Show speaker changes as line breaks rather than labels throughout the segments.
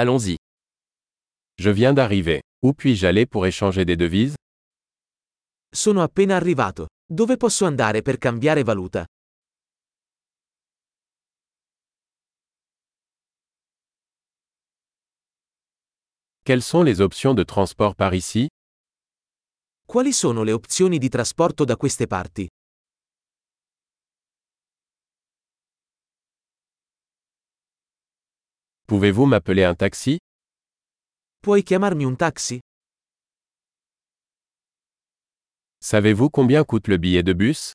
Allons-y. Je viens d'arriver. Où puis-je aller pour échanger des devises
Sono appena arrivato. Dove posso andare per cambiare valuta?
Quelles sont les options de transport par ici
Quali sono le opzioni di trasporto da queste parti?
Pouvez-vous m'appeler un taxi
Puoi chiamarmi un taxi?
Savez-vous combien coûte le billet de bus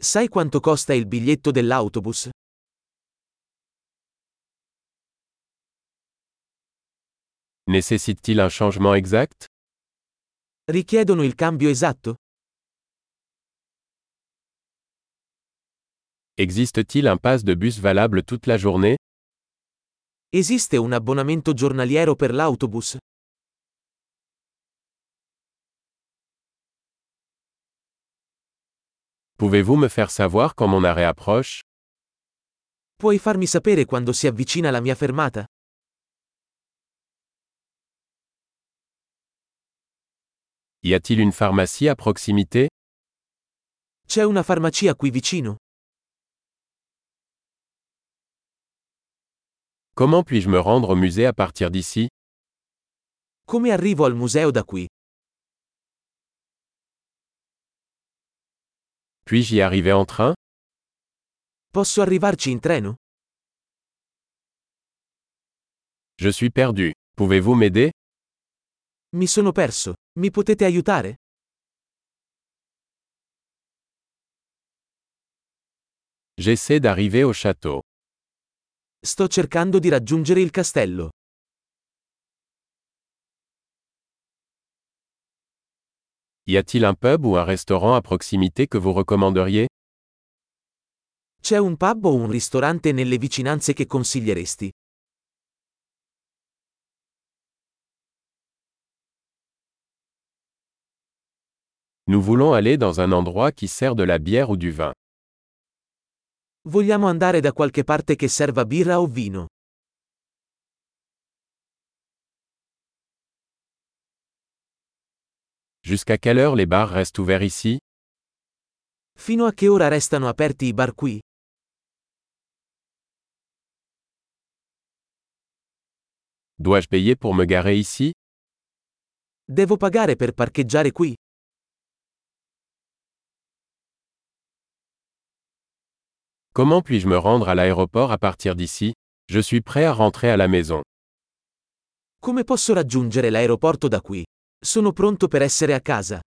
Sai quanto costa il biglietto dell'autobus?
Nécessite-t-il un changement exact
Richiedono il cambio esatto?
Existe-t-il un pass de bus valable toute la journée
Esiste un abbonamento giornaliero per l'autobus?
Pouvez-vous me faire savoir quand mon arrêt approche
Puoi farmi sapere quando si avvicina la mia fermata?
Y a-t-il une pharmacie à proximité
C'è una farmacia qui vicino?
Comment puis-je me rendre au musée à partir d'ici
Come arrivo al museo da qui?
Puis-je y arriver en train
Posso arrivarci in treno?
Je suis perdu. Pouvez-vous m'aider
Mi sono perso. Mi potete aiutare?
J'essaie d'arriver au château.
Sto cercando di raggiungere il castello.
Y a-t-il un pub ou un restaurant à proximité que vous recommanderiez
C'è un pub o un ristorante nelle vicinanze che consiglieresti?
Nous voulons aller dans un endroit qui sert de la bière ou du vin.
Vogliamo andare da qualche parte che serva birra o vino?
Jusqu'à quelle heure les bars restent ouverts ici
Fino a che ora restano aperti i bar qui?
Dois-je payer pour me garer ici
Devo pagare per parcheggiare qui?
Comment puis-je me rendre à l'aéroport à partir d'ici Je suis prêt à rentrer à la maison.
Come posso raggiungere l'aeroporto da qui? Sono pronto per essere a casa.